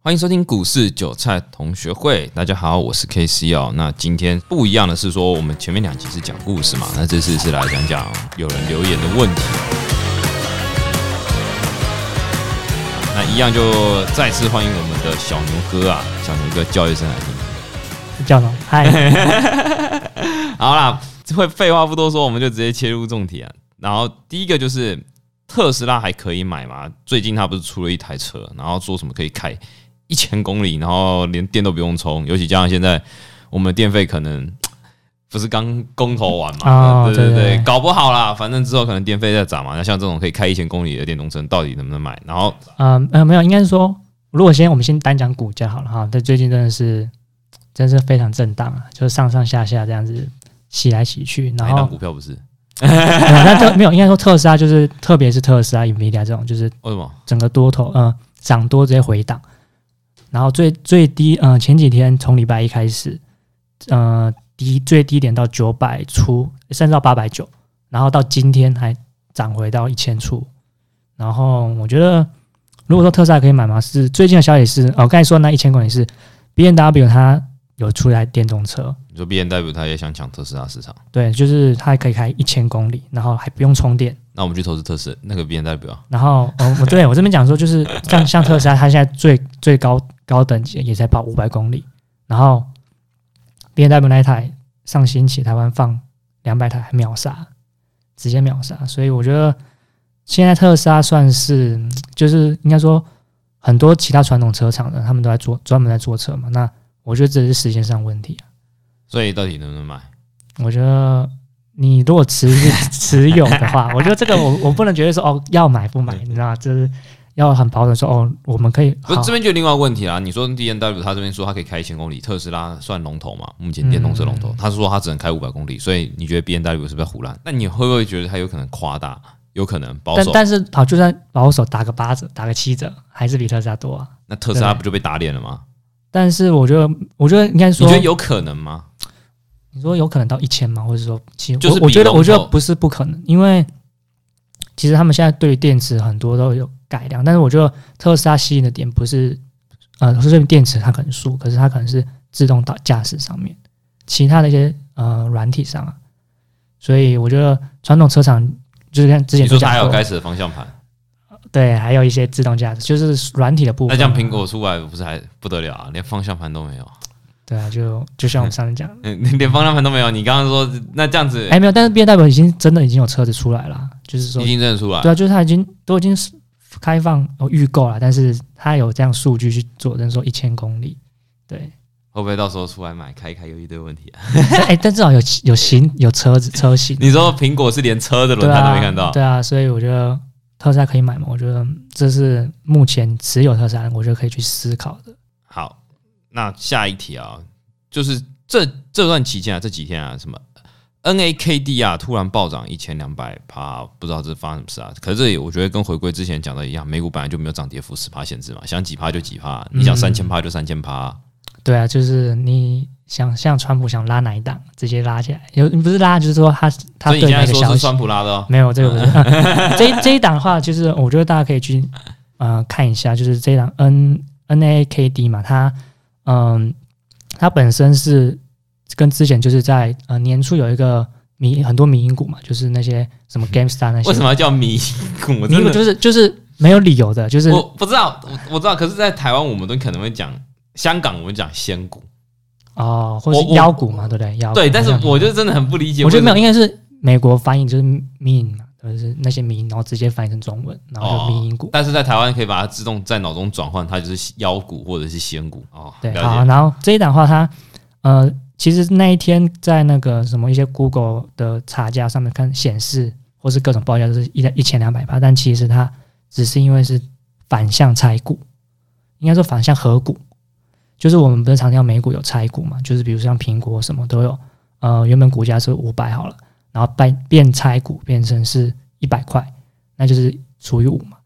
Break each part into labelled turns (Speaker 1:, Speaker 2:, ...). Speaker 1: 欢迎收听股市韭菜同学会，大家好，我是 K C 哦。那今天不一样的是说，我们前面两集是讲故事嘛，那这次是来讲讲有人留言的问题。那一样就再次欢迎我们的小牛哥啊，小牛哥叫一声来听。
Speaker 2: 叫什么？嗨，
Speaker 1: 好啦，会废话不多说，我们就直接切入重题啊。然后第一个就是特斯拉还可以买吗？最近它不是出了一台车，然后说什么可以开一千公里，然后连电都不用充，尤其加上现在我们的电费可能 不是刚公投完嘛，
Speaker 2: 哦
Speaker 1: 对对
Speaker 2: 对
Speaker 1: 对
Speaker 2: 对，
Speaker 1: 搞不好啦，反正之后可能电费再涨嘛。那像这种可以开一千公里的电动车，到底能不能买？然后
Speaker 2: 嗯呃，没有，应该是说，如果先我们先单讲股价好了哈，但最近真的是，真是非常震荡啊，就是上上下下这样子洗来洗去，然
Speaker 1: 哪一档
Speaker 2: 后
Speaker 1: 股票不是？
Speaker 2: 没有那特没有，应该说特斯拉就是，特别是特斯拉、Nvidia 这种，就是
Speaker 1: 为什么？
Speaker 2: 整个多头，呃，涨多直接回档，然后最最低，呃，前几天从礼拜一开始，呃，低最低点到九百出，甚至到八百九，然后到今天还涨回到一千出，然后我觉得，如果说特斯拉可以买嘛，是最近的消息是，哦，刚才说那一千公里是 B N W 它有出来电动车，
Speaker 1: 你说 B N W 它也想抢特斯拉市场，
Speaker 2: 对，就是它还可以开一千公里，然后还不用充电。
Speaker 1: 那我们去投资特斯那个 B N W 啊？
Speaker 2: 然后，哦，我对我这边讲说，就是像像特斯拉，它现在最最高高等级也才跑五百公里，然后 B N W 那一台上星期台湾放两百台还秒杀，直接秒杀，所以我觉得现在特斯拉算是嗯就是应该说很多其他传统车厂的他们都在做专门在做车嘛，那我觉得这是时间上问题啊，
Speaker 1: 所以到底能不能买？
Speaker 2: 我觉得。你如果持续持有的话， 我觉得这个我我不能觉得说哦要买不买，你知道吗？就是要很保守说哦，我们可以
Speaker 1: 不是
Speaker 2: 好
Speaker 1: 这边就有另外一个问题啦。你说 B N W 他这边说它可以开一千公里，特斯拉算龙头嘛？目前电动车龙
Speaker 2: 嗯
Speaker 1: 头，他是说它只能开五百公里，所以你觉得 B N W 是不是在胡乱？那你会不会觉得它有可能夸大？有可能保
Speaker 2: 但
Speaker 1: 守？
Speaker 2: 但是好，就算保守打个八折、打个七折，还是比特斯拉多啊。
Speaker 1: 那特斯拉
Speaker 2: 对
Speaker 1: 不就被打脸了吗？
Speaker 2: 但是我觉得，我觉得应该
Speaker 1: 你
Speaker 2: 说，
Speaker 1: 觉得有可能吗？
Speaker 2: 你说有可能到一千吗？或者说，其实
Speaker 1: 就是
Speaker 2: 我我
Speaker 1: 比
Speaker 2: 觉得，
Speaker 1: 龙
Speaker 2: 我觉
Speaker 1: 头
Speaker 2: 得不是不可能，因为其实他们现在对电池很多都有改良，但是我觉得特斯拉吸引的点不是，呃，虽然电池它可能输，可是它可能是自动导驾驶上面，其他的一些呃软体上啊，所以我觉得传统车厂就是像之
Speaker 1: 你
Speaker 2: 前都
Speaker 1: 说它
Speaker 2: 讲
Speaker 1: 还有
Speaker 2: 过
Speaker 1: 该死的方向盘，
Speaker 2: 对，还有一些自动驾驶，就是软体的部
Speaker 1: 那
Speaker 2: 分。
Speaker 1: 这样苹果出来不是还不得了啊？连方向盘都没有，
Speaker 2: 对啊，就就像我们上次讲，
Speaker 1: 嗯，连方向盘都没有。你刚刚说那这样子
Speaker 2: 哎、没有，但是 B 代表已经真的已经有车子出来了，就是说
Speaker 1: 已，经认得出来，
Speaker 2: 对啊，就是它已经都已经是开放哦预购了，但是它有这样数据去佐证说一千公里，对，
Speaker 1: 会不会到时候出来买开一开又一堆问题啊？
Speaker 2: 但哎、但至少有有型有车子车型，
Speaker 1: 你说苹果是连车的轮
Speaker 2: 对
Speaker 1: 胎
Speaker 2: 啊，
Speaker 1: 都没看到，
Speaker 2: 对啊，所以我觉得特斯拉可以买嘛，我觉得这是目前持有特斯拉的人，我觉得可以去思考的。
Speaker 1: 好，那下一题啊，就是这这段期间啊，这几天啊，什么 NAKD 啊，突然暴涨一千两百趴，不知道这发生什么事啊。可是这也我觉得跟回归之前讲的一样，美股本来就没有涨跌幅十趴限制嘛，想几趴就几趴，你想
Speaker 2: 嗯
Speaker 1: 三千趴就三千趴。
Speaker 2: 对啊，就是你想像川普想拉哪一档，直接拉起来，有不是拉，就是说他他
Speaker 1: 所以
Speaker 2: 对
Speaker 1: 你现
Speaker 2: 那
Speaker 1: 在
Speaker 2: 个
Speaker 1: 说
Speaker 2: 消
Speaker 1: 是
Speaker 2: 息。
Speaker 1: 川普拉的哦，
Speaker 2: 没有这个 不是、呃这一这一档的话，就是我觉得大家可以去呃看一下，就是这一档 N N A K D 嘛，它嗯、它本身是跟之前就是在呃年初有一个迷很多迷因股嘛，就是那些什么 GameStar 那些
Speaker 1: 为什么要叫迷股？我
Speaker 2: 迷
Speaker 1: 真
Speaker 2: 因股
Speaker 1: 的
Speaker 2: 就是就是没有理由的，就是
Speaker 1: 我不知道，我我知道，可是，在台湾我们都可能会讲，香港我们讲仙股，
Speaker 2: 哦，或是
Speaker 1: 我我
Speaker 2: 妖股嘛，对不对？妖股
Speaker 1: 对，但是
Speaker 2: 好像
Speaker 1: 我就真的很不理解，
Speaker 2: 我觉得没有，
Speaker 1: 为
Speaker 2: 应该是美国翻译就是 mean 嘛，就是那些迷因，然后直接翻译成中文，然后就迷
Speaker 1: 什
Speaker 2: 因
Speaker 1: 么
Speaker 2: 股。
Speaker 1: 但是在台湾可以把它自动在脑中转换，它就是妖股或者是仙股哦。
Speaker 2: 对，
Speaker 1: 了解
Speaker 2: 好，然后这一档的话它，呃，其实那一天在那个什么一些 Google 的查价上面看显示，或是各种报价都是一一千两百八，但其实它只是因为是反向拆股，应该说反向合股，就是我们不是常听到美股有拆股嘛，就是比如像苹果什么都有，呃，原本股价是五百好了，然后变变拆股变成是一百块，那就是除以五嘛。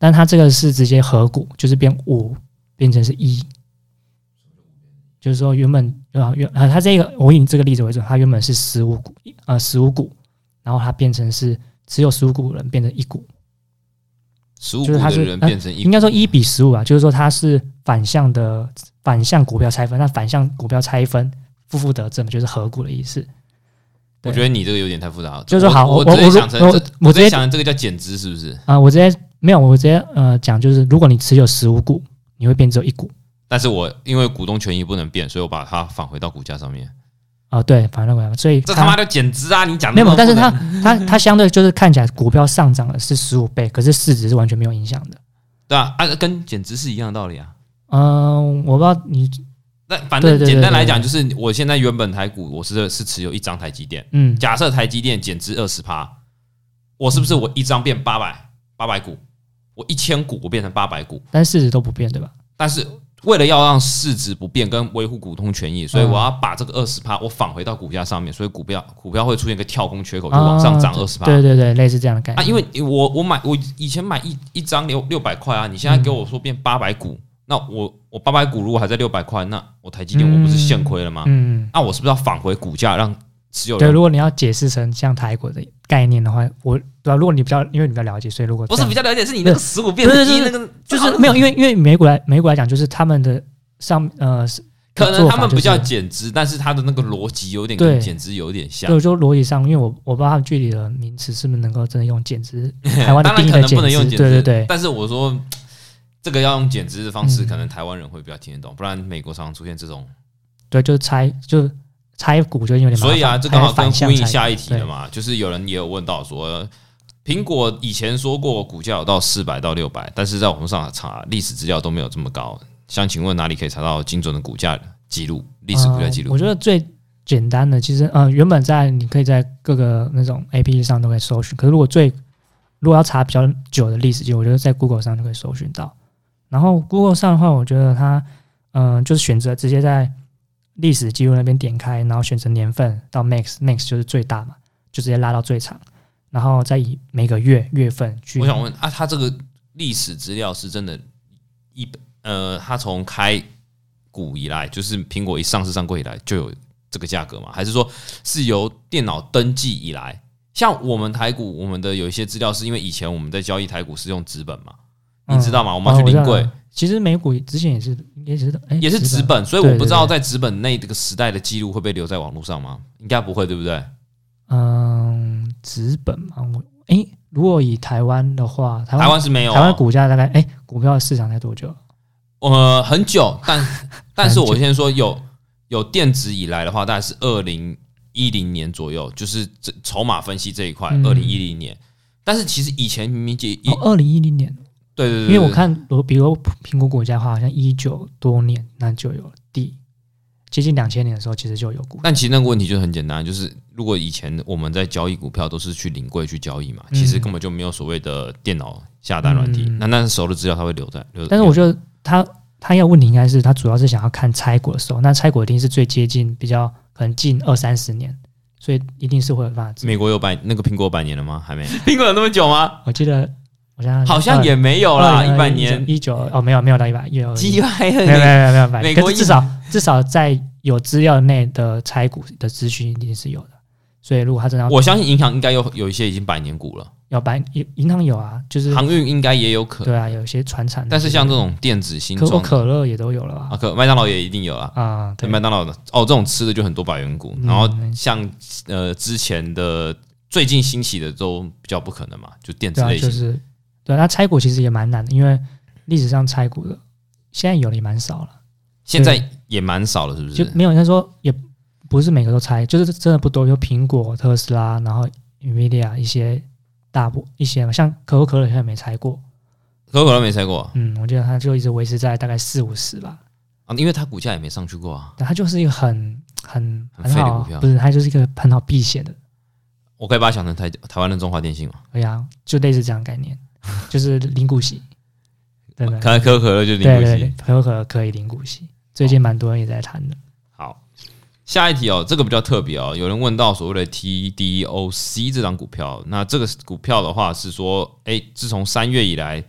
Speaker 2: 但它这个是直接合股，就是变五变成是一，就是说原本啊原啊，它这个我以这个例子为准，它原本是十五股呃十五股，然后它变成是只有十五股的人变成一股，
Speaker 1: 十五股
Speaker 2: 就是它
Speaker 1: 的
Speaker 2: 是
Speaker 1: 人
Speaker 2: 呃
Speaker 1: 变成一股，
Speaker 2: 应该说一比十五啊，就是说它是反向的反向股票拆分，那反向股票拆分负负得正嘛，就是合股的意思。
Speaker 1: 我觉得你这个有点太复杂了。
Speaker 2: 就是说好
Speaker 1: 我
Speaker 2: 我
Speaker 1: 直接
Speaker 2: 我
Speaker 1: 想成
Speaker 2: 我
Speaker 1: 这，我
Speaker 2: 我
Speaker 1: 直
Speaker 2: 直
Speaker 1: 接
Speaker 2: 接
Speaker 1: 想成这个叫减资，是不是？
Speaker 2: 啊、我直接没有，我直接呃讲就是，如果你持有十五股，你会变只有一股
Speaker 1: 但是我因为股东权益不能变，所以我把它返回到股价上面，
Speaker 2: 啊、对，反正我所以
Speaker 1: 这
Speaker 2: 它
Speaker 1: 他妈的减资啊！你讲
Speaker 2: 没
Speaker 1: 那么
Speaker 2: 有，但是
Speaker 1: 复杂
Speaker 2: 它它它相对就是看起来股票上涨了是十五倍，可是市值是完全没有影响的。
Speaker 1: 对啊，啊跟减资是一样的道理啊。
Speaker 2: 嗯、我不知道你
Speaker 1: 那反正
Speaker 2: 对对对
Speaker 1: 简单来
Speaker 2: 对对
Speaker 1: 讲，就是我现在原本台股我是是持有一张台积电，
Speaker 2: 嗯
Speaker 1: 假设台积电减资二十趴，我是不是
Speaker 2: 嗯
Speaker 1: 我一张变八百八百股，我一千股我变成八百股？
Speaker 2: 但市值都不变，对吧？
Speaker 1: 但是为了要让市值不变跟维护股东权益，
Speaker 2: 嗯
Speaker 1: 所以我要把这个二十趴我返回到股价上面，所以股票股票会出现一个跳空缺口，就往上涨
Speaker 2: 啊
Speaker 1: 二十趴。
Speaker 2: 对对对，类似这样的概
Speaker 1: 啊，
Speaker 2: 念。
Speaker 1: 因为我我买我以前买一一张六六百块啊，你
Speaker 2: 嗯
Speaker 1: 现在给我说变八百股，那我我八百股如果还在六百块，那我台积电我不是现亏了吗？
Speaker 2: 嗯，
Speaker 1: 那我是不是要返回股价让持啊有
Speaker 2: 对，
Speaker 1: 人？
Speaker 2: 如果你要解释成像台股的概念的话，我对吧、如果你比较，因为你比较了解，所以如果
Speaker 1: 不是
Speaker 2: 这样
Speaker 1: 比较了解，是你那个
Speaker 2: 对
Speaker 1: 十股变成
Speaker 2: 对对
Speaker 1: 一那
Speaker 2: 对
Speaker 1: 个，
Speaker 2: 就是没有，因为因为美股来美股来讲，就是他们的上呃，是
Speaker 1: 可能
Speaker 2: 做
Speaker 1: 他
Speaker 2: 法
Speaker 1: 们
Speaker 2: 就
Speaker 1: 比较
Speaker 2: 是
Speaker 1: 减资，但是他的那个逻辑有点
Speaker 2: 对
Speaker 1: 跟减资有点像
Speaker 2: 对，。我说逻辑上，因为我我不知道他们具体的名词是不是能够真的用减资，台湾的
Speaker 1: 当
Speaker 2: 定
Speaker 1: 然可
Speaker 2: 义的
Speaker 1: 能
Speaker 2: 减
Speaker 1: 不能用
Speaker 2: 资，
Speaker 1: 减
Speaker 2: 对对对，
Speaker 1: 但是我说这个要用减资的方式，
Speaker 2: 嗯
Speaker 1: 可能台湾人会比较听得懂，不然美国常常出现这种。
Speaker 2: 对，就是拆就拆股就有点麻烦，
Speaker 1: 所以啊，这刚好
Speaker 2: 还
Speaker 1: 跟
Speaker 2: 反
Speaker 1: 呼
Speaker 2: 向
Speaker 1: 应
Speaker 2: 拆
Speaker 1: 下一题了嘛，就是有人也有问到说，苹果以前说过股价有到四百到六百，但是在网络上查历史资料都没有这么高，想请问哪里可以查到精准的股价记录、历史股价记
Speaker 2: 呃
Speaker 1: 录
Speaker 2: 我？觉得最简单的，其实呃，原本在你可以在各个那种 A P P 上都可以搜寻，可是如果最如果要查比较久的历史记录，我觉得在 Google 上就可以搜寻到。然后 Google 上的话，我觉得它嗯、呃就是选择直接在历史记录那边点开，然后选择年份到 max，max 就是最大嘛，就直接拉到最长，然后再以每个月月份去
Speaker 1: 我想问啊，他这个历史资料是真的，一呃，他从开股以来，就是苹果一上市上柜以来就有这个价格吗？还是说是由电脑登记以来？像我们台股，我们的有一些资料是因为以前我们在交易台股是用纸本嘛，你知道吗？我们
Speaker 2: 哦
Speaker 1: 要去
Speaker 2: 知
Speaker 1: 临
Speaker 2: 道
Speaker 1: 柜
Speaker 2: 了其实美股之前也是，也是哎
Speaker 1: 也是纸本，所以
Speaker 2: 对
Speaker 1: 我不知
Speaker 2: 对
Speaker 1: 道
Speaker 2: 对
Speaker 1: 在纸本那这个时代的记录会被留在网络上吗？应该不会，对不
Speaker 2: 啊
Speaker 1: 对？
Speaker 2: 嗯，纸本嘛，我诶，如果以台湾的话，台湾
Speaker 1: 台湾是没有哦，
Speaker 2: 台湾股价大概诶，股票市场才多久？
Speaker 1: 呃，很久，但 但是
Speaker 2: 很久
Speaker 1: 我先说有有电子以来的话，大概是二零一零年左右，就是这筹码分析这一块，
Speaker 2: 嗯
Speaker 1: 二零一零年。但是其实以前明明就一、
Speaker 2: 哦，二零一零年，
Speaker 1: 对对对，
Speaker 2: 因为我
Speaker 1: 对
Speaker 2: 看，如比如苹果股价的话，好像一九多年那就有第接近两千年的时候，其实就有股。
Speaker 1: 但其实那个问题就很简单，就是如果以前我们在交易股票都是去临柜去交易嘛，
Speaker 2: 嗯
Speaker 1: 其实根本就没有所谓的电脑下单软体，
Speaker 2: 嗯
Speaker 1: 那那时候的资料它会留在留。
Speaker 2: 但是我觉得他他要问你，应该是他主要是想要看拆股的时候，那拆股一定是最接近比较可能近二三十年，所以一定是会有办法知道。
Speaker 1: 美国有百那个苹果有百年了吗？还 没，苹果有那么久吗？
Speaker 2: 我记得我想想
Speaker 1: 好像也没有啦，一百年，
Speaker 2: 一九哦，没有没有到一百，一九
Speaker 1: 几百
Speaker 2: 没有没
Speaker 1: 年。
Speaker 2: 有没有没有买，
Speaker 1: 美
Speaker 2: 可
Speaker 1: 国
Speaker 2: 是
Speaker 1: 一
Speaker 2: 至少至少在有资料内的拆股的资讯一定是有的。所以如果他真的要
Speaker 1: 我相信银行应该有有一些已经百年股了。
Speaker 2: 要搬银银行有啊，就是
Speaker 1: 航运应该也有可能，
Speaker 2: 对啊，有一些传产的，
Speaker 1: 但是像这种电子新
Speaker 2: 可口
Speaker 1: 装
Speaker 2: 可乐也都有了吧
Speaker 1: 啊，？可麦当劳也一定有啊。
Speaker 2: 啊，
Speaker 1: 对
Speaker 2: 对，
Speaker 1: 麦当劳的哦，这种吃的就很多百元股，
Speaker 2: 嗯
Speaker 1: 然后
Speaker 2: 没错
Speaker 1: 像呃之前的最近兴起的都比较不可能嘛，就电子
Speaker 2: 对啊，
Speaker 1: 类型
Speaker 2: 就
Speaker 1: 的。
Speaker 2: 是对啊，那拆股其实也蛮难的，因为历史上拆股的现在有的也蛮少了，
Speaker 1: 现在也蛮少了，是不？
Speaker 2: 就是没有应该说也不是每个都拆，就是真的不多，有苹果、特斯拉，然后 Nvidia 一些大部一些嘛，像可口可乐现在没拆过。
Speaker 1: 可口可乐没拆过啊
Speaker 2: 嗯，我觉得它就一直维持在大概四五十吧。
Speaker 1: 啊，因为它股价也没上去过啊。
Speaker 2: 但它就是一个很很
Speaker 1: 很废的
Speaker 2: 好
Speaker 1: 股票，
Speaker 2: 不是它就是一个很好避险的，
Speaker 1: 我可以把它想成台台湾的中华电信嘛，
Speaker 2: 对呀、就类似这样的概念， 就是零 股息，对不对？
Speaker 1: 可能可口可乐就是零
Speaker 2: 对
Speaker 1: 股
Speaker 2: 对
Speaker 1: 息
Speaker 2: 对，。可口可乐可以零股息，最近蛮多人也在谈的。
Speaker 1: 好，下一题哦，这个比较特别哦，有人问到所谓的 TDOC 这张股票，那这个股票的话是说，哎、自从三月以来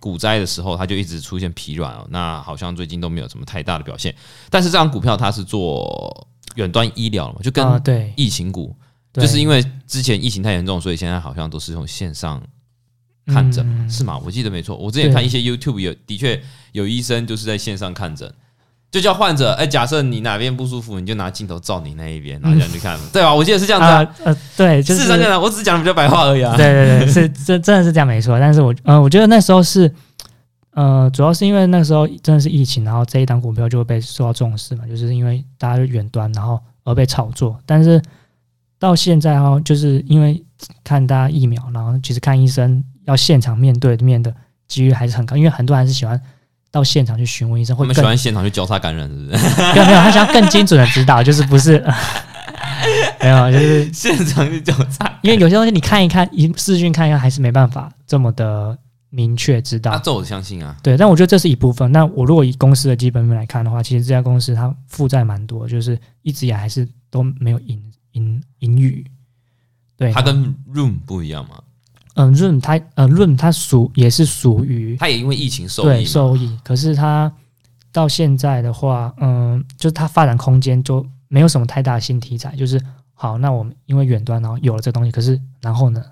Speaker 1: 股灾的时候，它就一直出现疲软哦，那好像最近都没有什么太大的表现，但是这张股票它是做远端医疗的嘛，就跟
Speaker 2: 啊，对，
Speaker 1: 疫情股，
Speaker 2: 对
Speaker 1: 就是因为之前疫情太严重，所以现在好像都是用线上看诊嘛，
Speaker 2: 嗯
Speaker 1: 是吗？我记得没错，我之前看一些 YouTube 有的确有医生就是在线上看诊。就叫患者，哎、假设你哪边不舒服，你就拿镜头照你那一 边，然后这样去看，对吧？我记得是这样子、啊，
Speaker 2: 啊呃，对，就
Speaker 1: 事
Speaker 2: 是
Speaker 1: 实上这样啊，我只是讲的比较白话而已啊。
Speaker 2: 对对对， 是真真的是这样没错。但是我呃，我觉得那时候是呃，主要是因为那时候真的是疫情，然后这一档股票就会被受到重视嘛，就是因为大家就远端，然后而被炒作。但是到现在哦，就是因为看大家疫苗，然后其实看医生要现场面对面的几率还是很高，因为很多人还是喜欢到现场去询问医生，
Speaker 1: 我
Speaker 2: 会
Speaker 1: 们
Speaker 2: 更
Speaker 1: 喜欢现场去交叉感染，是不是？
Speaker 2: 更没有他想要更精准的指导，就是不是。 没有，就是
Speaker 1: 现场去交叉，
Speaker 2: 因为有些东西你看一看，一视讯看一看，还是没办法这么的明确知道。
Speaker 1: 啊，这我相信啊。
Speaker 2: 对，但我觉得这是一部分。那我如果以公司的基本面来看的话，其实这家公司它负债蛮多，就是一直以来还是都没有盈盈盈余。对，
Speaker 1: 它跟 Room 不一样嘛，
Speaker 2: 嗯润它呃润它属也是属于
Speaker 1: 它也因为疫情受
Speaker 2: 对
Speaker 1: 益嘛。
Speaker 2: 受益，可是它到现在的话，嗯，就是它发展空间就没有什么太大的新题材。就是好，那我们因为远端然后有了这东西，可是然后呢，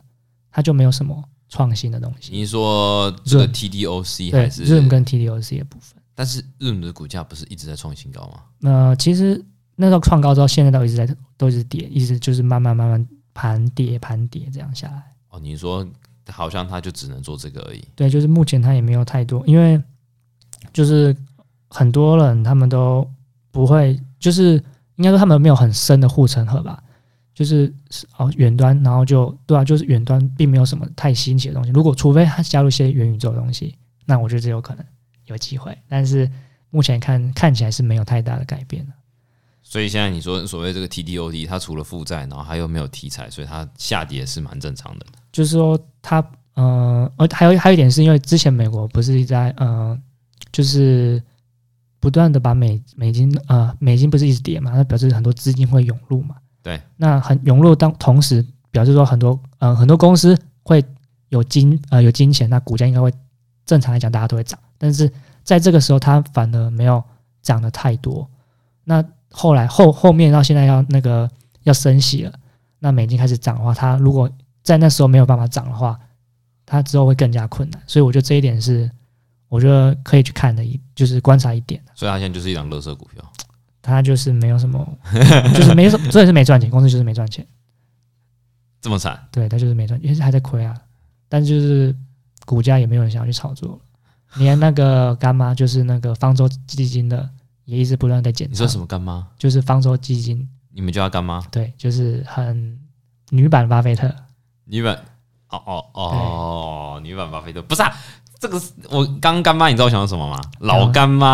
Speaker 2: 它就没有什么创新的东西。
Speaker 1: 你是说这个
Speaker 2: Room
Speaker 1: TDOC
Speaker 2: 对
Speaker 1: 还
Speaker 2: ，Zoom
Speaker 1: 是？
Speaker 2: 跟 TDOC 的部分。
Speaker 1: 但是 Room 的股价不是一直在创新高吗？
Speaker 2: 那、其实那时候创高之后，现在都一直在都一直跌，一直就是慢慢慢慢盘跌盘跌这样下来。
Speaker 1: 哦，你说好像它就只能做这个而已。
Speaker 2: 对，就是目前它也没有太多，因为就是很多人他们都不会，就是应该说他们没有很深的护城河吧。就是哦，远端，然后就对啊，就是远端并没有什么太新奇的东西。如果除非他加入一些元宇宙的东西，那我觉得这有可能有机会。但是目前看看起来是没有太大的改变的。
Speaker 1: 所以现在你说所谓这个 TDOD，它除了负债，然后它又没有题材，所以它下跌是蛮正常的。
Speaker 2: 就是说他呃，而还有还有一点是因为之前美国不是一直在呃，就是不断的把美美金呃美金不是一直跌嘛，那表示很多资金会涌入嘛。
Speaker 1: 对，
Speaker 2: 那很涌入当同时表示说很多呃很多公司会有金呃有金钱，那股价应该会正常来讲大家都会涨，但是在这个时候它反而没有涨得太多。那后来后后面到现在要那个要升息了，那美金开始涨的话，它如果在那时候没有办法涨的话，它之后会更加困难。所以我觉得这一点是我觉得可以去看的一，就是观察一点。
Speaker 1: 所以它现在就是一档垃圾股票。
Speaker 2: 它就是没有什么， 就是没什么，所以是没赚钱，公司就是没赚钱，
Speaker 1: 这么惨，
Speaker 2: 对，它就是没赚，因为还在亏啊。但就是股价也没有人想要去炒作了，连那个干妈就是那个方舟基金的也一直不断地在减
Speaker 1: 你
Speaker 2: 仓
Speaker 1: 说，什么干妈？
Speaker 2: 就是方舟基金，
Speaker 1: 你们叫它干妈？
Speaker 2: 对，就是很女版巴菲特，
Speaker 1: 女版？哦哦哦，女版巴菲特不是啊？这个是我刚干妈，你知道我想到什么吗？老干妈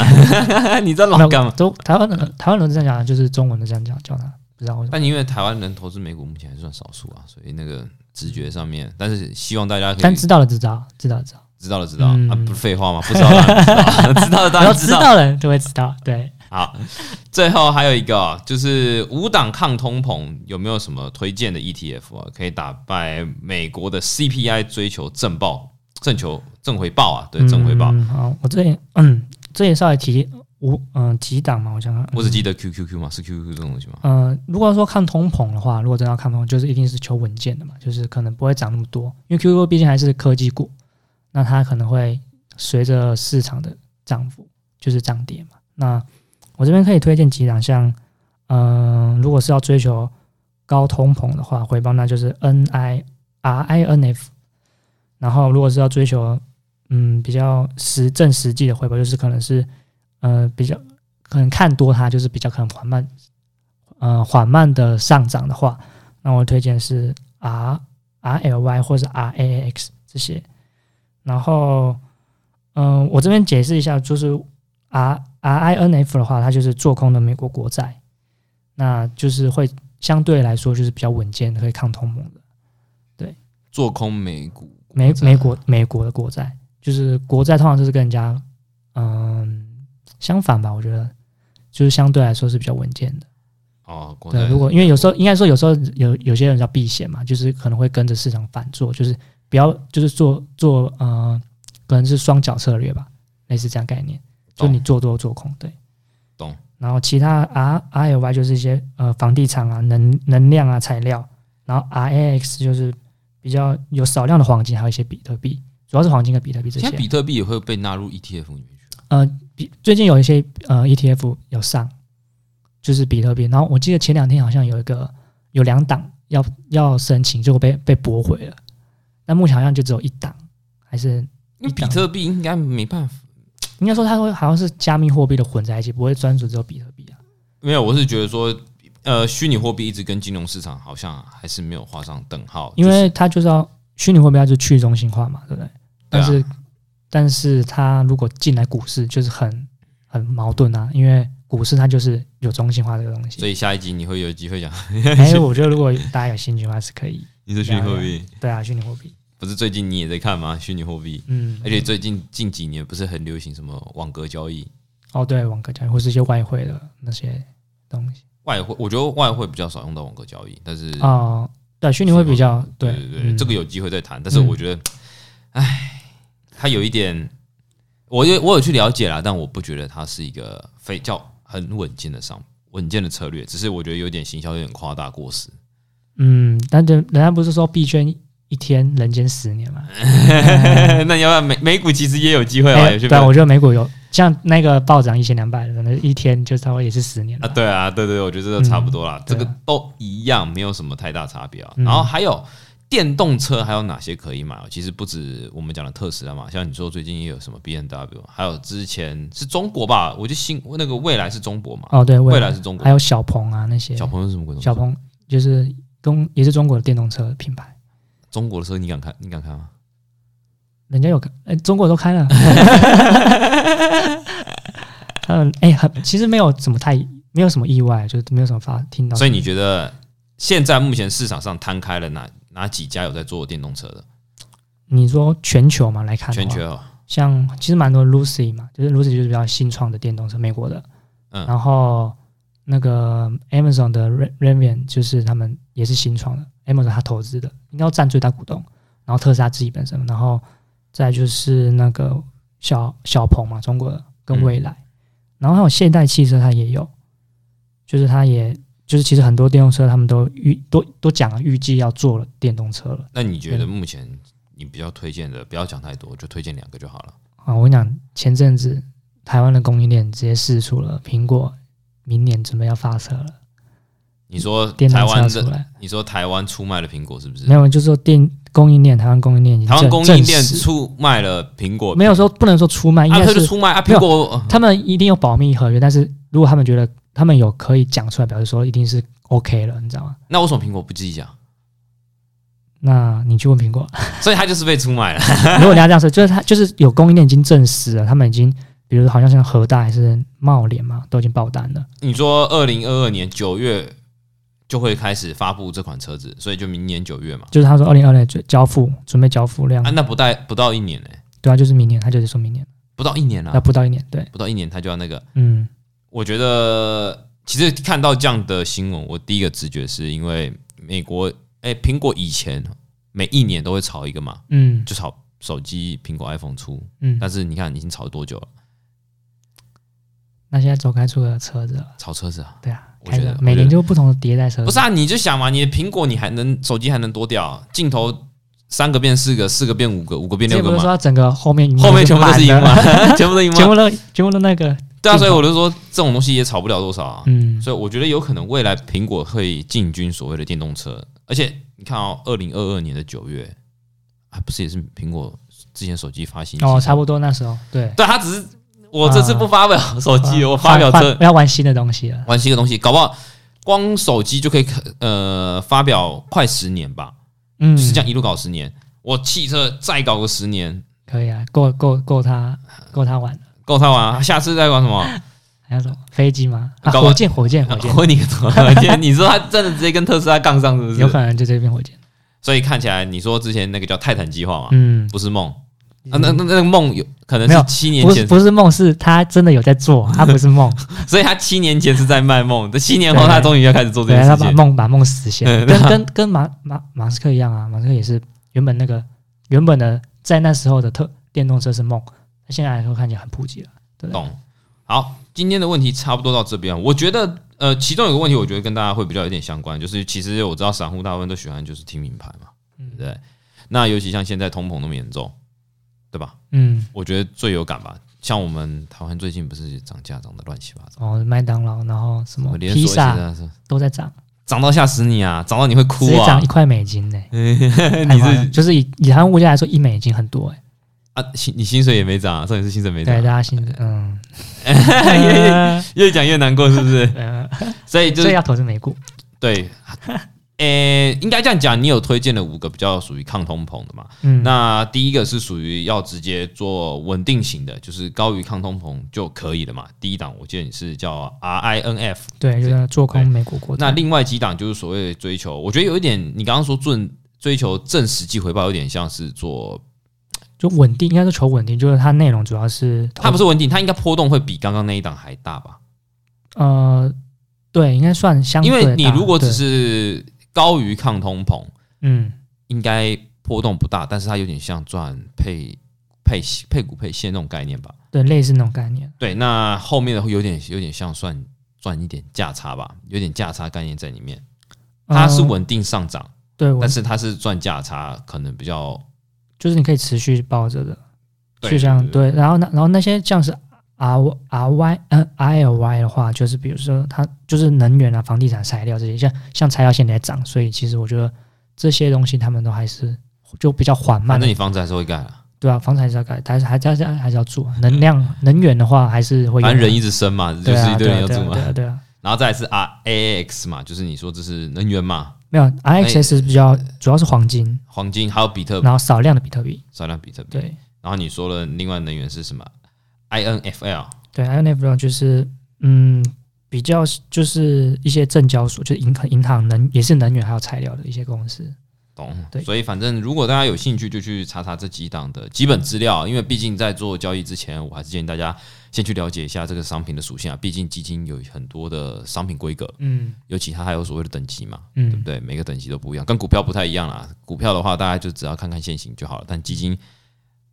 Speaker 1: 啊， 你知道
Speaker 2: 没
Speaker 1: 老
Speaker 2: 有
Speaker 1: 干妈？
Speaker 2: 都台湾人台湾人这样讲，就是中文的这样讲叫他，不知道为什么。
Speaker 1: 但因为台湾人投资美股目前还算少数啊，所以那个直觉上面，但是希望大家可
Speaker 2: 但
Speaker 1: 以
Speaker 2: 知道了，知道，知道，知道。
Speaker 1: 知道了知道、
Speaker 2: 嗯
Speaker 1: 啊，不是废话吗？不知道当然知 道，知道了当
Speaker 2: 然后
Speaker 1: 然
Speaker 2: 知
Speaker 1: 知道。
Speaker 2: 道了就会知道，对，
Speaker 1: 好，最后还有一个哦就是五档抗通膨有没有什么推荐的 ETF 啊，可以打败美国的 CPI，追求正报、正求正回报啊？对，正回报。
Speaker 2: 嗯好，我这里嗯，这里稍微提五嗯几档嘛，我想想，
Speaker 1: 我只记得 QQQ 嘛，是 QQQ 这种东西吗？
Speaker 2: 呃，如果说看通膨的话，如果真的要看通膨，就是一定是求稳健的嘛，就是可能不会涨那么多，因为 QQ 毕竟还是科技股，那它可能会随着市场的涨幅就是涨跌嘛。那我这边可以推荐几档，像嗯、呃如果是要追求高通膨的话，回报那就是 NI RINF，然后如果是要追求嗯比较实正实际的回报，就是可能是呃比较可能看多它，就是比较可能缓慢呃缓慢的上涨的话，那我推荐是 R R L Y 或是 R A A X 这些。然后，嗯、我这边解释一下，就是 R R I N F 的话，它就是做空的美国国债，那就是会相对来说就是比较稳健，可以抗通膨的
Speaker 1: 做空美股，
Speaker 2: 美美国美国的国债，就是国债通常就是跟人家嗯相反吧，我觉得就是相对来说是比较稳健的。
Speaker 1: 哦，国
Speaker 2: 对，啊
Speaker 1: 内
Speaker 2: 如果因为有时候应该说有时候有有些人叫避险嘛，就是可能会跟着市场反做，就是不要就是做做呃，可能是双脚策略吧，类似这样概念，就
Speaker 1: 懂
Speaker 2: 你做多做空，对，
Speaker 1: 懂。
Speaker 2: 然后其他 R R L Y 就是一些呃房地产啊、能能量啊、材料，然后 R A X 就是比较有少量的黄金，还有一些比特币，主要是黄金跟比特币这
Speaker 1: 现在
Speaker 2: 些。啊
Speaker 1: 比特币也会被纳入 ETF 里面去。
Speaker 2: 比最近有一些呃 ETF 有上，就是比特币。然后我记得前两天好像有一个有两档要要申请，结果被被驳回了。那目前好像就只有一档，还是
Speaker 1: 因为比特币应该没办法，
Speaker 2: 应该说它会好像是加密货币的混在一起，不会专注只有比特
Speaker 1: 哦
Speaker 2: 币啊。
Speaker 1: 没有，我是觉得说，呃，虚拟货币一直跟金融市场好像还是没有画上等号，
Speaker 2: 因
Speaker 1: 就是
Speaker 2: 为它就是要虚拟货币，它就去中心化嘛，对不对？但
Speaker 1: 啊
Speaker 2: 是，但是它如果进来股市，就是很很矛盾啊，因为股市它就是有中心化这个东
Speaker 1: 所
Speaker 2: 西。
Speaker 1: 以下一集你会有机 会讲，
Speaker 2: 哎，我觉得如果大家有兴趣的话，是可以。
Speaker 1: 你是虚拟货币，
Speaker 2: 对啊，虚拟货币，
Speaker 1: 不是最近你也在看吗？虚拟货币，
Speaker 2: 嗯
Speaker 1: 而，且最近近几年不是很流行什么网格交易，
Speaker 2: 哦，对，网格交易或是一些外汇的那些东西
Speaker 1: 外汇，我觉得外汇比较少用到网格交易，但是
Speaker 2: 哦，对，虚拟会比较对
Speaker 1: 对对对，
Speaker 2: 嗯
Speaker 1: 这个有机会再谈。但是我觉得，唉，它有一点，我有我有去了解啦，但我不觉得它是一个非较很稳健的商稳健的策略，只是我觉得有点行销有点夸大过时。
Speaker 2: 嗯，但人人家不是说币圈一天人间十年嘛？
Speaker 1: 那你要不要美美股其实也有机会啊？
Speaker 2: 哎
Speaker 1: 有些
Speaker 2: 对啊，我觉得美股有像那个暴涨一千两百的，可能一天就差不多也是十年
Speaker 1: 啊，
Speaker 2: 了。
Speaker 1: 对啊，对对，我觉得这个差不多啦，这
Speaker 2: 对啊
Speaker 1: 个都一样，没有什么太大差别啊。
Speaker 2: 嗯
Speaker 1: 然后还有电动车还有哪些可以买哦？其实不止我们讲的特斯拉嘛，像你说最近也有什么 B N W，还有之前是中国吧？我就新那个未来是中国嘛，
Speaker 2: 哦，对，
Speaker 1: 未
Speaker 2: 未
Speaker 1: 来是中国
Speaker 2: 还有小鹏啊那些
Speaker 1: 小朋友是什么鬼东西？
Speaker 2: 小鹏就是中也是中国的电动车品牌，
Speaker 1: 中国的车你敢开？你敢开吗？
Speaker 2: 人家有开，哎、中国都开 了。嗯，哎、很其实没有什么太没有什么意外，就是没有什么发听到。
Speaker 1: 所以你觉得现在目前市场上摊开了哪哪几家有在做电动车的？
Speaker 2: 你说全球嘛来看的
Speaker 1: 全
Speaker 2: 话，
Speaker 1: 球哦
Speaker 2: 像其实蛮多 Lucy 嘛，就是 Lucy 就是比较新创的电动车，美国的。
Speaker 1: 嗯
Speaker 2: 然后那个 Amazon 的 Ra- Rivian 就是他们也是新创的，Amazon 他投资的，应该要占最大股东。然后特斯拉自己本身，然后再就是那个小小鹏嘛，中国的跟
Speaker 1: 嗯
Speaker 2: 蔚来，然后还有现代汽车它也有，就是它也就是其实很多电动车他们都预都都讲了预计要做了电动车了。
Speaker 1: 那你觉
Speaker 2: 嗯
Speaker 1: 得目前你比较推荐的，不要讲太多，就推荐两个就好了。
Speaker 2: 啊，我跟你讲，前阵子台湾的供应链直接试出了苹果明年准备要发车了，
Speaker 1: 你说
Speaker 2: 电
Speaker 1: 台
Speaker 2: 动车
Speaker 1: 湾
Speaker 2: 出
Speaker 1: 这
Speaker 2: 来，
Speaker 1: 你说台湾出卖了苹果是不是
Speaker 2: 没？有，就是说电供应链，台湾供应链已经
Speaker 1: 台湾
Speaker 2: 证
Speaker 1: 供应链
Speaker 2: 证实
Speaker 1: 出卖了苹果，
Speaker 2: 没有说不能说出卖，应
Speaker 1: 啊，
Speaker 2: 该
Speaker 1: 他就是出卖啊，
Speaker 2: 没
Speaker 1: 苹
Speaker 2: 有
Speaker 1: 果呃
Speaker 2: 他们一定有保密合约，但是如果他们觉得他们有可以讲出来，表示说一定是 OK 了，你知道吗？
Speaker 1: 那为什么苹果不自己讲？
Speaker 2: 那你去问 苹果，
Speaker 1: 所以他就是被出卖了。
Speaker 2: 如果你要这样说，就是他就是有供应链已经证实了，他们已经比如说好像像和大还是茂联嘛，都已经爆单了。
Speaker 1: 你说二零二二年九月就会开始发布这款车子，所以就明年九月嘛。
Speaker 2: 就是他说二零二零交付准备交付量
Speaker 1: 啊，，那不带不到一年呢、
Speaker 2: 对啊，就是明年，他就是说明年。
Speaker 1: 不到一年
Speaker 2: 那
Speaker 1: 啊，
Speaker 2: 不到一年，对，
Speaker 1: 不到一年他就要那个。
Speaker 2: 嗯
Speaker 1: 我觉得其实看到这样的新闻，我第一个直觉是因为美国，哎、苹果以前每一年都会炒一个嘛，
Speaker 2: 嗯
Speaker 1: 就炒手机苹果 iPhone 出，
Speaker 2: 嗯。
Speaker 1: 但是你看已经炒了多久了？
Speaker 2: 那现在走开出了车子了，
Speaker 1: 炒车子啊？
Speaker 2: 对啊，
Speaker 1: 我
Speaker 2: 开
Speaker 1: 觉得
Speaker 2: 着每年就不同的迭代车子，
Speaker 1: 不是啊，你就想嘛，你的苹果你还能手机还能多掉，镜头三个变四个，四个变五个，五个变
Speaker 2: 之前
Speaker 1: 六
Speaker 2: 不
Speaker 1: 个
Speaker 2: 是
Speaker 1: 嘛，
Speaker 2: 说整个后面荧幕
Speaker 1: 后面全部都是荧
Speaker 2: 满
Speaker 1: 幕
Speaker 2: 的，
Speaker 1: 啊， 全部都荧幕
Speaker 2: 全
Speaker 1: 啊。
Speaker 2: 部都全部都那个，
Speaker 1: 对啊，所以我就说这种东西也炒不了多少啊。
Speaker 2: 嗯
Speaker 1: 所以我觉得有可能未来苹果会进军所谓的电动车，而且你看哦，二零二二年的九月，啊，不是也是苹果之前手机发行
Speaker 2: 哦，差不
Speaker 1: 多。
Speaker 2: 多那时候对，
Speaker 1: 对，他只是我这次不发表手机，
Speaker 2: 啊
Speaker 1: 我发表
Speaker 2: 换
Speaker 1: 这
Speaker 2: 换要玩新的东西了，
Speaker 1: 玩新的东西，搞不好光手机就可以呃发表快十年吧，
Speaker 2: 嗯，
Speaker 1: 就是这样一路搞十年。我汽车再搞个十年，
Speaker 2: 可以啊，够够够他够他玩了，
Speaker 1: 够他玩
Speaker 2: 嗯
Speaker 1: 啊。下次再搞什么？
Speaker 2: 还有什么飞机吗？啊，
Speaker 1: 搞完
Speaker 2: 火箭火箭火箭，
Speaker 1: 我你个头！而且你说他真的直接跟特斯拉杠上是不
Speaker 2: 有可
Speaker 1: 是？
Speaker 2: 能就这边火箭，
Speaker 1: 所以看起来你说之前那个叫泰坦计划嘛，
Speaker 2: 嗯，
Speaker 1: 不是梦啊，那那那个梦有可能
Speaker 2: 没
Speaker 1: 是
Speaker 2: 有
Speaker 1: 七年
Speaker 2: 不是
Speaker 1: 前，
Speaker 2: 不是梦，是他真的有在做，他不是梦，
Speaker 1: 所以他七年前是在卖梦，这七年后他终于要开始做这
Speaker 2: 对，
Speaker 1: 件
Speaker 2: 他
Speaker 1: 事
Speaker 2: 把
Speaker 1: 情。
Speaker 2: 梦把梦实现，
Speaker 1: 嗯
Speaker 2: 跟跟跟马马马斯克一样啊，马斯克也是原本那个原本的在那时候的特电动车是梦，那现在来说看起来很普及了，对不对？
Speaker 1: 懂。好，今天的问题差不多到这边，我觉得呃，其中有个问
Speaker 2: 嗯
Speaker 1: 题，我觉得跟大家会比较有点相关，就是其实我知道散户大部分都喜欢就是听名牌嘛，对不对？那尤其像现在通膨那么严重，对吧？
Speaker 2: 嗯，
Speaker 1: 我觉得最有感吧。像我们台湾最近不是涨价涨得乱七八糟，
Speaker 2: 哦，麦当劳，然后什
Speaker 1: 什
Speaker 2: 么
Speaker 1: 么连
Speaker 2: 披
Speaker 1: 锁现
Speaker 2: 萨
Speaker 1: 在是
Speaker 2: 都在涨，
Speaker 1: 涨到吓死你啊，涨到你会
Speaker 2: 直
Speaker 1: 哭
Speaker 2: 接
Speaker 1: 啊
Speaker 2: 涨一！块美金呢、太
Speaker 1: 你
Speaker 2: 夸张
Speaker 1: 是
Speaker 2: 就是以以台湾物价来说，一美金很多哎、
Speaker 1: 啊，薪你薪水也没涨、啊，重点是薪水没
Speaker 2: 对，大啊
Speaker 1: 涨，
Speaker 2: 家心嗯，
Speaker 1: 越讲越难过，是不 是？
Speaker 2: 呃
Speaker 1: 所啊以就
Speaker 2: 所以
Speaker 1: 是
Speaker 2: 要投资美股，
Speaker 1: 对， 诶、应该这样讲，你有推荐了五个比较属于抗通膨的嘛？
Speaker 2: 嗯，
Speaker 1: 那第一个是属于要直接做稳定型的，就是高于抗通膨就可以了嘛。第一档我记得你是叫 RINF，
Speaker 2: 对，就是做空美股国债
Speaker 1: 那另外几档就是所谓的追求，我觉得有一点，你刚刚说正追求正实际回报，有点像是做
Speaker 2: 就稳定，应该是求稳定，就是它内容主要是投
Speaker 1: 它不是稳定，它应该波动会比刚刚那一档还大吧？
Speaker 2: 呃，对，应该算相对
Speaker 1: 因
Speaker 2: 大，
Speaker 1: 为你如果只
Speaker 2: 对
Speaker 1: 是高于抗通膨，
Speaker 2: 嗯
Speaker 1: 应该波动不大，但是它有点像赚配配息配股配现那种概念吧？
Speaker 2: 对类似那种概念，
Speaker 1: 对，那后面的会有点有点像算赚一点价差吧，有点价差概念在里面。它是
Speaker 2: 呃
Speaker 1: 稳定上涨，
Speaker 2: 对，我
Speaker 1: 但是它是赚价差，可能比较
Speaker 2: 就是你可以持续抱着的，
Speaker 1: 对
Speaker 2: 就像
Speaker 1: 对
Speaker 2: 对，然后那然后那些像是 R R Y 嗯 I L Y 的话，就是比如说它就是能源啊、房地产、材料这些，像像材料现在也涨，所以其实我觉得这些东西他们都还是就比较缓慢
Speaker 1: 反
Speaker 2: 的
Speaker 1: 正，你房子还是会盖啊，
Speaker 2: 对啊，房产还是要改，但是还是还是还是要住啊，能量能源的话还是会有
Speaker 1: 反正人
Speaker 2: 啊
Speaker 1: 一直升嘛，就
Speaker 2: 对
Speaker 1: 是
Speaker 2: 啊
Speaker 1: 一堆
Speaker 2: 对
Speaker 1: 人
Speaker 2: 啊
Speaker 1: 要
Speaker 2: 对
Speaker 1: 住
Speaker 2: 啊对
Speaker 1: 嘛。
Speaker 2: 啊对啊。
Speaker 1: 然后再来是 R A X 嘛，就是你说这是能源嘛，
Speaker 2: 没有，IXS 比较主要是黄金，
Speaker 1: 黄金还有比特
Speaker 2: 然后少量的比特币。
Speaker 1: 少量比特币。
Speaker 2: 对
Speaker 1: 然后你说了另外能源是什么？I N F L
Speaker 2: 对，INFL 就是嗯，比较就是一些证交所，就是银银行能也是能源还有材料的一些公司。
Speaker 1: 懂
Speaker 2: 对？
Speaker 1: 所以反正如果大家有兴趣，就去查查这几档的基本资料，因为毕竟在做交易之前，我还是建议大家先去了解一下这个商品的属性啊。毕竟基金有很多的商品规格，
Speaker 2: 嗯
Speaker 1: 尤其它还有所谓的等级嘛，对
Speaker 2: 嗯
Speaker 1: 不，对？每个等级都不一样，跟股票不太一样啦。股票的话，大家就只要看看现行就好了，但基金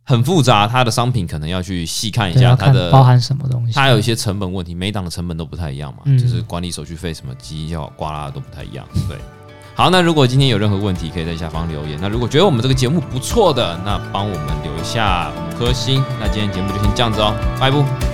Speaker 1: 很复杂，它的商品可能要去细看一
Speaker 2: 对，
Speaker 1: 下
Speaker 2: 要
Speaker 1: 它
Speaker 2: 看
Speaker 1: 的
Speaker 2: 包含什么东西。
Speaker 1: 它有一些成本问题，每一档的成本都不太一样嘛，
Speaker 2: 嗯
Speaker 1: 就是管理手续费什么绩效挂啦都不太一样。对， 好，那如果今天有任何问题，可以在下方留言。那如果觉得我们这个节目不错的，那帮我们留一下五颗星。那今天节目就先这样子哦，拜拜。